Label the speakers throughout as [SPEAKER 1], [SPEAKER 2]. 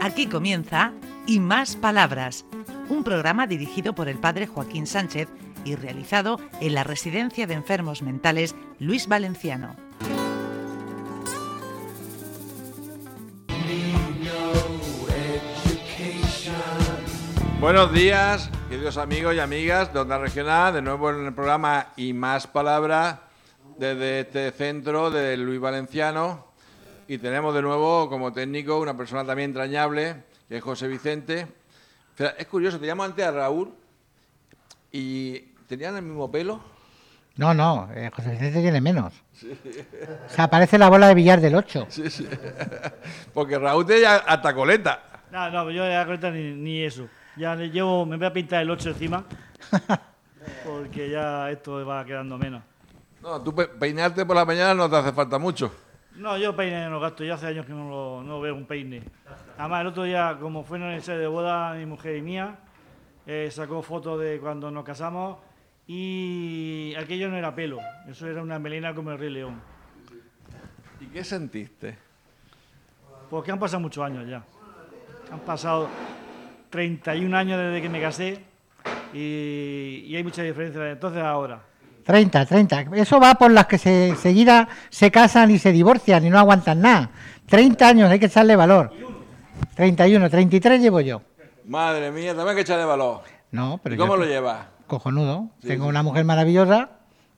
[SPEAKER 1] Aquí comienza Y Más Palabras, un programa dirigido por el padre Joaquín Sánchez y realizado en la Residencia de Enfermos Mentales Luis Valenciano.
[SPEAKER 2] Buenos días, queridos amigos y amigas de Onda Regional, de nuevo en el programa Y Más Palabras, desde este centro de Luis Valenciano. Y tenemos de nuevo como técnico una persona también entrañable, que es José Vicente. Fíjate, Es curioso, te llamo antes a Raúl y tenían el mismo pelo.
[SPEAKER 3] No, no, eh, José Vicente tiene menos. O sea, parece la bola de billar del 8.
[SPEAKER 2] Porque Raúl tenía hasta coleta.
[SPEAKER 4] No, no, yo ya cuenta ni, ni eso. Ya le llevo, me voy a pintar el 8 encima. Porque ya esto va quedando menos.
[SPEAKER 2] No, tú pe- peinarte por la mañana no te hace falta mucho.
[SPEAKER 4] No, yo peine no gasto, ya hace años que no, lo- no veo un peine. Además, el otro día, como fue en el aniversario de boda, mi mujer y mía, eh, sacó fotos de cuando nos casamos y aquello no era pelo, eso era una melena como el Rey León.
[SPEAKER 2] ¿Y qué sentiste?
[SPEAKER 4] Porque Pues han pasado muchos años ya. Han pasado 31 años desde que me casé y, y hay mucha diferencia de entonces a ahora.
[SPEAKER 3] 30, 30. Eso va por las que se, seguida se casan y se divorcian y no aguantan nada. 30 años, hay que echarle valor. 31, 33 llevo yo.
[SPEAKER 2] Madre mía, también hay que echarle valor.
[SPEAKER 3] No, pero
[SPEAKER 2] ¿Y ¿Cómo
[SPEAKER 3] yo-
[SPEAKER 2] lo llevas?
[SPEAKER 3] Cojonudo.
[SPEAKER 2] Sí,
[SPEAKER 3] Tengo
[SPEAKER 2] sí.
[SPEAKER 3] una mujer maravillosa,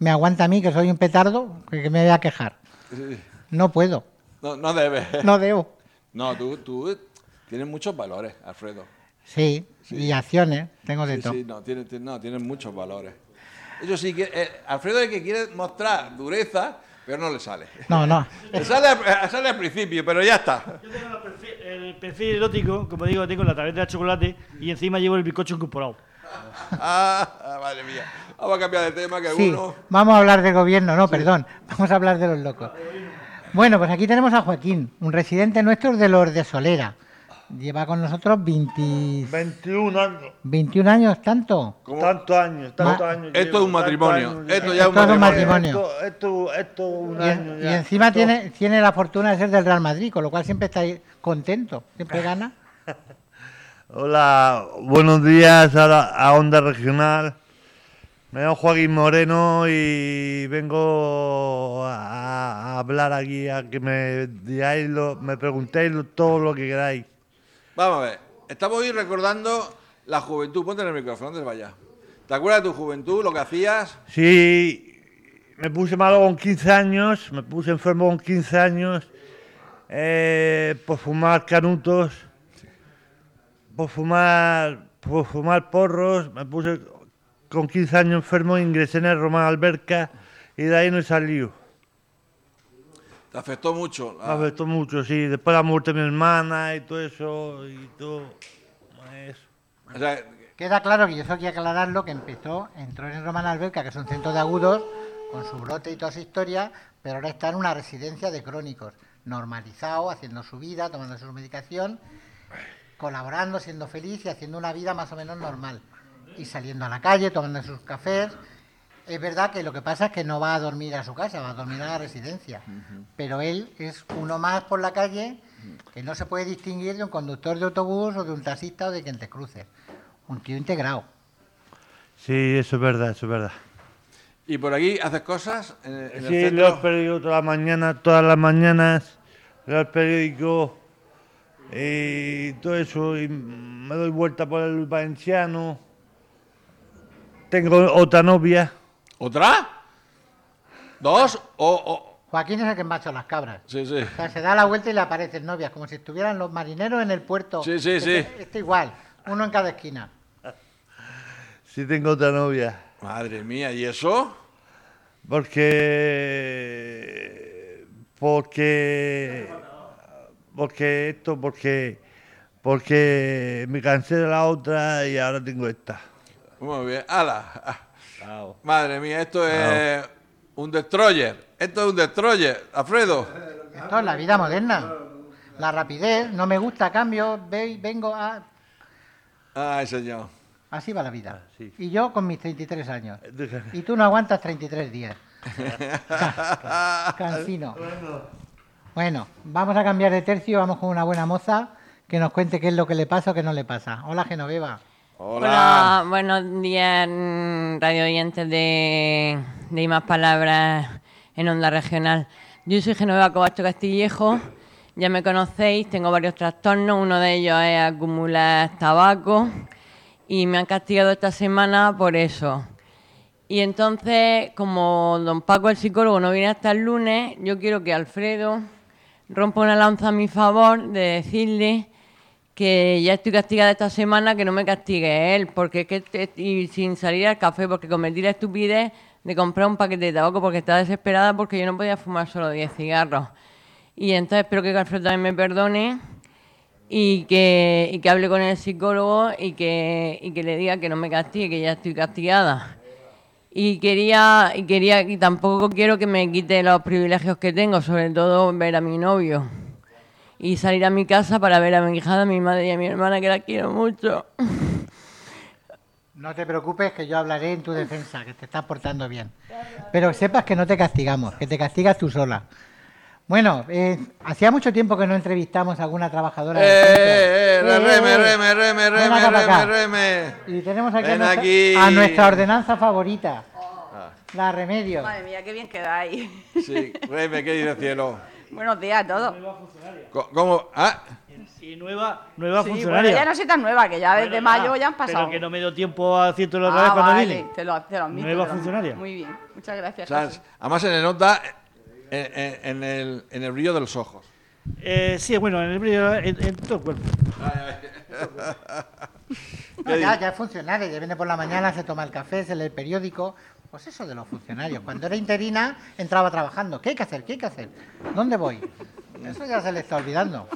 [SPEAKER 3] me aguanta a mí, que soy un petardo, que, que me voy a quejar. No puedo,
[SPEAKER 2] No, no debes. No,
[SPEAKER 3] no debo.
[SPEAKER 2] tú, tú tienes muchos valores, Alfredo.
[SPEAKER 3] Sí, y acciones, tengo de
[SPEAKER 2] Sí,
[SPEAKER 3] todo.
[SPEAKER 2] sí, no, tienes, tienes- no, tienes muchos valores. Eso sí, que, eh, Alfredo es el que quiere mostrar dureza, pero no le sale.
[SPEAKER 3] No, no.
[SPEAKER 2] Le sale, al- eh, sale al principio, pero ya está.
[SPEAKER 4] Yo tengo el perfil, el perfil erótico, como digo, tengo la tableta de chocolate y encima llevo el bizcocho incorporado.
[SPEAKER 2] Ah, ah, madre mía. Vamos a cambiar de tema que
[SPEAKER 3] Sí,
[SPEAKER 2] uno.
[SPEAKER 3] vamos a hablar del gobierno, no, perdón, vamos a hablar de los locos. Bueno, pues aquí tenemos a Joaquín, un residente nuestro de los de Solera. Lleva con nosotros 20
[SPEAKER 5] 21 años,
[SPEAKER 3] 21 años, tanto.
[SPEAKER 2] ¿Cómo?
[SPEAKER 5] tantos años, tantos
[SPEAKER 3] Ma-
[SPEAKER 5] años.
[SPEAKER 2] Esto es un
[SPEAKER 5] tantos
[SPEAKER 2] matrimonio,
[SPEAKER 5] años
[SPEAKER 2] esto
[SPEAKER 5] llevo.
[SPEAKER 2] ya es un Esto es un
[SPEAKER 3] matrimonio.
[SPEAKER 5] Esto, esto, esto es un
[SPEAKER 3] Y,
[SPEAKER 5] año
[SPEAKER 3] en- y
[SPEAKER 5] ya.
[SPEAKER 3] encima
[SPEAKER 5] Esto-
[SPEAKER 3] tiene, tiene la fortuna de ser del Real Madrid, con lo cual siempre está ahí contento, siempre gana.
[SPEAKER 5] Hola, buenos días a, la- a Onda Regional. Me llamo Joaquín Moreno y vengo a, a hablar aquí, a que me digáis, lo- me preguntéis lo- todo lo que queráis.
[SPEAKER 2] Vamos a ver. Estamos hoy recordando la juventud. Ponte en el micrófono, antes vaya. ¿Te acuerdas de tu juventud, lo que hacías?
[SPEAKER 5] Sí, me puse malo con 15 años, me puse enfermo con 15 años eh, por fumar canutos, por fumar, por fumar porros, me puse con 15 años enfermo, ingresé en el Román Alberca y de ahí no he salido.
[SPEAKER 2] ¿Te afectó mucho?
[SPEAKER 5] Me afectó mucho, sí, después la muerte de mi hermana y todo eso y todo eso.
[SPEAKER 2] O sea,
[SPEAKER 3] Queda claro que yo eso hay que aclararlo, que empezó, entró en Román Alberca, que es un centro de agudos, con su brote y toda su historia, pero ahora está en una residencia de crónicos, normalizado, haciendo su vida, tomando su medicación, colaborando, siendo feliz y haciendo una vida más o menos normal. Y saliendo a la calle, tomando sus cafés. Es verdad que lo que pasa es que no va a dormir a su casa, va a dormir a la residencia. Pero él es uno más por la calle que no se puede distinguir de un conductor de autobús o de un taxista o de quien te cruce. Un tío integrado.
[SPEAKER 5] Sí, eso es verdad, eso es verdad.
[SPEAKER 2] ¿Y por aquí haces cosas? En, el- en el
[SPEAKER 5] Sí,
[SPEAKER 2] centro?
[SPEAKER 5] leo el periódico toda la mañana, todas las mañanas, leo el periódico y todo eso, y me doy vuelta por el valenciano. Tengo otra novia,
[SPEAKER 2] ¿Otra? ¿Dos? O, o-
[SPEAKER 3] Joaquín es el que macho las cabras.
[SPEAKER 2] Sí, sí.
[SPEAKER 3] O sea, se da la vuelta y le aparecen novias, como si estuvieran los marineros en el puerto.
[SPEAKER 2] Sí, sí, sí.
[SPEAKER 3] Este, este igual, uno en cada esquina.
[SPEAKER 5] sí tengo otra novia,
[SPEAKER 2] Madre mía, ¿y eso?
[SPEAKER 5] porque, porque, porque esto, porque, porque me cansé de la otra y ahora tengo esta.
[SPEAKER 2] Muy bien. ¡Hala! Madre mía, esto es un destroyer. Esto es un destroyer. Alfredo,
[SPEAKER 3] Esto es la vida moderna. La rapidez, no me gusta, cambio, ve- vengo a...
[SPEAKER 2] ay señor.
[SPEAKER 3] Así va la vida.
[SPEAKER 5] sí.
[SPEAKER 3] Y yo con mis 33 años.
[SPEAKER 5] Deja-
[SPEAKER 3] Y tú no aguantas 33 días. Cancino. Bueno, vamos a cambiar de tercio, vamos con una buena moza que nos cuente qué es lo que le pasa o qué no le pasa. Hola, Genoveva.
[SPEAKER 2] Hola.
[SPEAKER 6] buenos días, mm, radio oyentes de, de Y Más Palabras en Onda Regional. Yo soy Genoveva Cobacho Castillejo, ya me conocéis, tengo varios trastornos, uno de ellos es acumular tabaco y me han castigado esta semana por eso. Y entonces, como don Paco, el psicólogo, no viene hasta el lunes, yo quiero que Alfredo rompa una lanza a mi favor de decirle que ya estoy castigada esta semana, que no me castigue él, porque es que te- y sin salir al café, porque cometí la estupidez de comprar un paquete de tabaco porque estaba desesperada porque yo no podía fumar solo 10 cigarros. Y entonces espero que Alfredo también me perdone y que, y que hable con el psicólogo y que, y que le diga que no me castigue, que ya estoy castigada. Y quería, y quería, y tampoco quiero que me quite los privilegios que tengo, sobre todo ver a mi novio. Y salir a mi casa para ver a mi hija, a mi madre y a mi hermana, que la quiero mucho.
[SPEAKER 3] No te preocupes, que yo hablaré en tu defensa, que te estás portando bien. Pero sepas que no te castigamos, que te castigas tú sola. Bueno, eh, hacía mucho tiempo que no entrevistamos a alguna trabajadora.
[SPEAKER 2] Eh,
[SPEAKER 3] del
[SPEAKER 2] eh, eh,
[SPEAKER 3] centro.
[SPEAKER 2] reme, reme, reme,
[SPEAKER 3] Ven acá
[SPEAKER 2] reme,
[SPEAKER 3] para acá.
[SPEAKER 2] reme, reme.
[SPEAKER 3] Y tenemos aquí, a
[SPEAKER 2] Ven
[SPEAKER 3] nuestra,
[SPEAKER 2] aquí. Ah.
[SPEAKER 3] a nuestra ordenanza favorita, la Remedio.
[SPEAKER 7] mía, qué bien quedáis.
[SPEAKER 2] Sí, reme, ¿qué dice el cielo?
[SPEAKER 7] Buenos días a todos.
[SPEAKER 2] Co- ¿Cómo? Ah,
[SPEAKER 4] Y nueva, nueva
[SPEAKER 7] Sí, bueno,
[SPEAKER 4] funcionaria.
[SPEAKER 7] ya no soy tan nueva, que ya desde
[SPEAKER 4] Bueno,
[SPEAKER 7] mayo
[SPEAKER 4] nada,
[SPEAKER 7] ya han pasado.
[SPEAKER 4] Pero que no me dio tiempo a decírtelo otra vez
[SPEAKER 7] ah,
[SPEAKER 4] cuando
[SPEAKER 7] vale,
[SPEAKER 4] vine.
[SPEAKER 7] te lo, te lo admito.
[SPEAKER 4] Nueva
[SPEAKER 7] te lo admito.
[SPEAKER 4] funcionaria.
[SPEAKER 7] Muy bien, muchas gracias.
[SPEAKER 2] ¿sabes?
[SPEAKER 7] Jesús.
[SPEAKER 2] Además se le nota en, en- en el, en el brillo de los ojos.
[SPEAKER 4] Eh, sí, bueno, en, el brillo- en- en todo el cuerpo.
[SPEAKER 3] No, ya, ya es funcionario, ya viene por la mañana, se toma el café, se lee el periódico. Pues eso de los funcionarios. Cuando era interina, entraba trabajando. ¿Qué hay que hacer? ¿Qué hay que hacer? ¿Dónde voy? Eso ya se le está olvidando.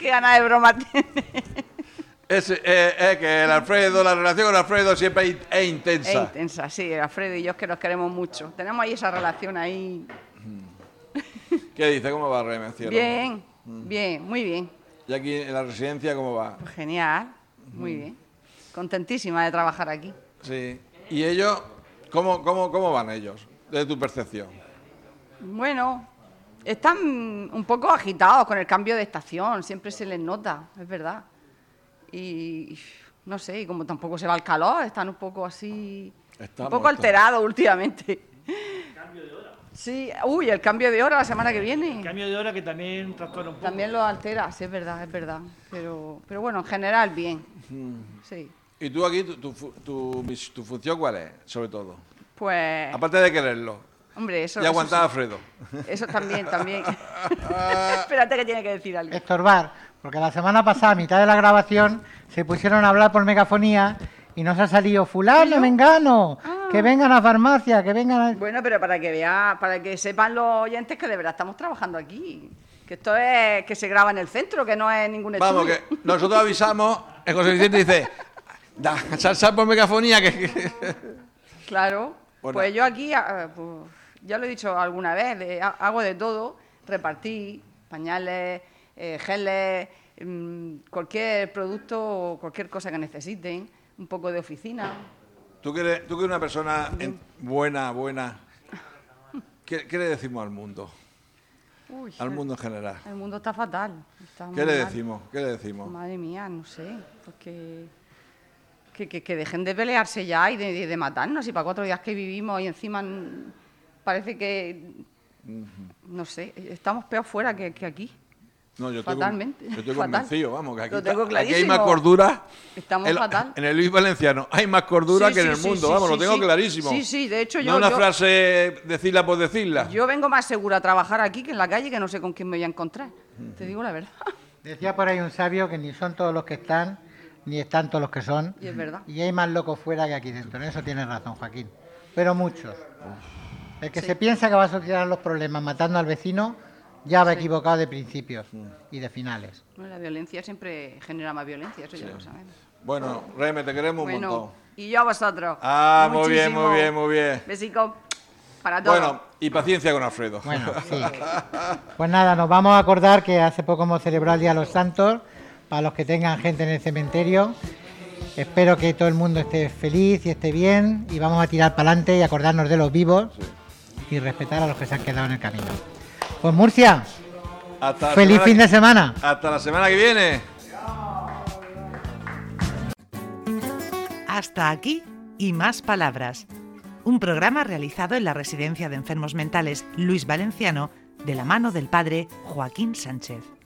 [SPEAKER 7] Qué ganas de broma tiene.
[SPEAKER 2] Es eh, eh, que el Alfredo, la relación con Alfredo siempre in- es
[SPEAKER 7] Es
[SPEAKER 2] intensa.
[SPEAKER 7] e intensa, sí, Alfredo y yo es que nos queremos mucho. Tenemos ahí esa relación ahí.
[SPEAKER 2] ¿Qué dice? ¿Cómo va Reme, cielo?
[SPEAKER 7] Bien, bien, muy bien.
[SPEAKER 2] ¿Y aquí en la residencia cómo va?
[SPEAKER 7] Pues genial, muy bien. Contentísima de trabajar aquí.
[SPEAKER 2] Sí. ¿Y ellos? ¿Cómo, cómo, cómo van ellos? Desde tu percepción.
[SPEAKER 7] Bueno, están un poco agitados con el cambio de estación, siempre se les nota, es verdad. Y no sé, y como tampoco se va el calor, están un poco así,
[SPEAKER 2] Estamos,
[SPEAKER 7] un poco
[SPEAKER 2] estamos.
[SPEAKER 7] alterados últimamente. ¿Cambio de hora? Sí, uy, el cambio de hora la semana que
[SPEAKER 4] El
[SPEAKER 7] viene.
[SPEAKER 4] cambio de hora que también trastorna un poco.
[SPEAKER 7] También lo altera, sí, es verdad, es verdad. Pero, pero bueno, en general bien. Sí.
[SPEAKER 2] ¿Y tú aquí, tu, tu, fu- tu mis- tu función cuál es, sobre todo?
[SPEAKER 7] Pues,
[SPEAKER 2] Aparte de quererlo
[SPEAKER 7] hombre, eso,
[SPEAKER 2] y
[SPEAKER 7] eso,
[SPEAKER 2] aguantar a Alfredo.
[SPEAKER 7] eso también, también. Espérate que tiene que decir algo.
[SPEAKER 3] estorbar, porque la semana pasada, a mitad de la grabación, se pusieron a hablar por megafonía y nos ha salido fulano, mengano,
[SPEAKER 7] Ah.
[SPEAKER 3] que vengan a farmacia, que vengan a...
[SPEAKER 7] Bueno, pero para que vea, para que sepan los oyentes que de verdad estamos trabajando aquí. Que esto es que se graba en el centro, que no es ningún estudio.
[SPEAKER 2] Vamos, que nosotros avisamos, el José Vicente dice, da, sal, sal por megafonía que... que-
[SPEAKER 7] Claro.
[SPEAKER 2] Bueno.
[SPEAKER 7] Pues yo aquí, ah, pues, ya lo he dicho alguna vez, de- ha- hago de todo, repartí pañales, eh, geles, mm, cualquier producto o cualquier cosa que necesiten, un poco de oficina.
[SPEAKER 2] ¿Tú, que eres, tú que eres una persona en- buena, buena, ¿qué, qué le decimos al mundo?
[SPEAKER 7] Uy,
[SPEAKER 2] Al mundo en general.
[SPEAKER 7] el mundo está fatal. está muy
[SPEAKER 2] ¿Qué le
[SPEAKER 7] mal.
[SPEAKER 2] decimos? ¿Qué le decimos?
[SPEAKER 7] Madre mía, no sé, pues que, que, que- que dejen de pelearse ya y de, de- de matarnos, y para cuatro días que vivimos y encima mm, parece que, no sé, estamos peor fuera que, que aquí.
[SPEAKER 2] No, yo estoy, con-
[SPEAKER 7] Fatalmente.
[SPEAKER 2] yo estoy
[SPEAKER 7] Fatal.
[SPEAKER 2] convencido, vamos, que aquí,
[SPEAKER 7] Lo
[SPEAKER 2] está-
[SPEAKER 7] tengo
[SPEAKER 2] aquí hay
[SPEAKER 7] clarísimo.
[SPEAKER 2] más cordura.
[SPEAKER 7] Estamos
[SPEAKER 2] en,
[SPEAKER 7] fatal.
[SPEAKER 2] En el Luis Valenciano hay más cordura
[SPEAKER 7] Sí,
[SPEAKER 2] que
[SPEAKER 7] sí,
[SPEAKER 2] en el
[SPEAKER 7] sí,
[SPEAKER 2] mundo,
[SPEAKER 7] sí,
[SPEAKER 2] vamos,
[SPEAKER 7] sí,
[SPEAKER 2] lo tengo
[SPEAKER 7] sí.
[SPEAKER 2] clarísimo.
[SPEAKER 7] Sí, sí, de hecho
[SPEAKER 2] No
[SPEAKER 7] yo-
[SPEAKER 2] una
[SPEAKER 7] yo-
[SPEAKER 2] frase decirla por decirla.
[SPEAKER 7] Yo vengo más segura a trabajar aquí que en la calle, que no sé con quién me voy a encontrar, te digo la verdad.
[SPEAKER 3] Decía por ahí un sabio que ni son todos los que están, ni están todos los que son.
[SPEAKER 7] Y es verdad.
[SPEAKER 3] Y hay más locos fuera que aquí dentro. En eso tienes razón, Joaquín. Pero muchos. El que se piensa que va a solucionar los problemas matando al vecino, ya va equivocado de principios y de finales.
[SPEAKER 7] Bueno, la violencia siempre genera más violencia, eso ya lo sabemos.
[SPEAKER 2] Bueno, Reme, te queremos
[SPEAKER 7] bueno,
[SPEAKER 2] un montón.
[SPEAKER 7] y yo a vosotros.
[SPEAKER 2] Ah, muy bien,
[SPEAKER 7] Muchísimo.
[SPEAKER 2] muy bien, muy bien.
[SPEAKER 7] Besico para todos.
[SPEAKER 2] Bueno, y paciencia con Alfredo.
[SPEAKER 3] Bueno, sí. Pues nada, nos vamos a acordar que hace poco hemos celebrado el Día de los Santos, para los que tengan gente en el cementerio. Espero que todo el mundo esté feliz y esté bien y vamos a tirar para adelante y acordarnos de los vivos y respetar a los que se han quedado en el camino. Pues Murcia,
[SPEAKER 2] Hasta la
[SPEAKER 3] Feliz
[SPEAKER 2] semana-
[SPEAKER 3] fin de semana.
[SPEAKER 2] Hasta la semana que viene.
[SPEAKER 1] Hasta aquí y más palabras. Un programa realizado en la Residencia de Enfermos Mentales Luis Valenciano de la mano del padre Joaquín Sánchez.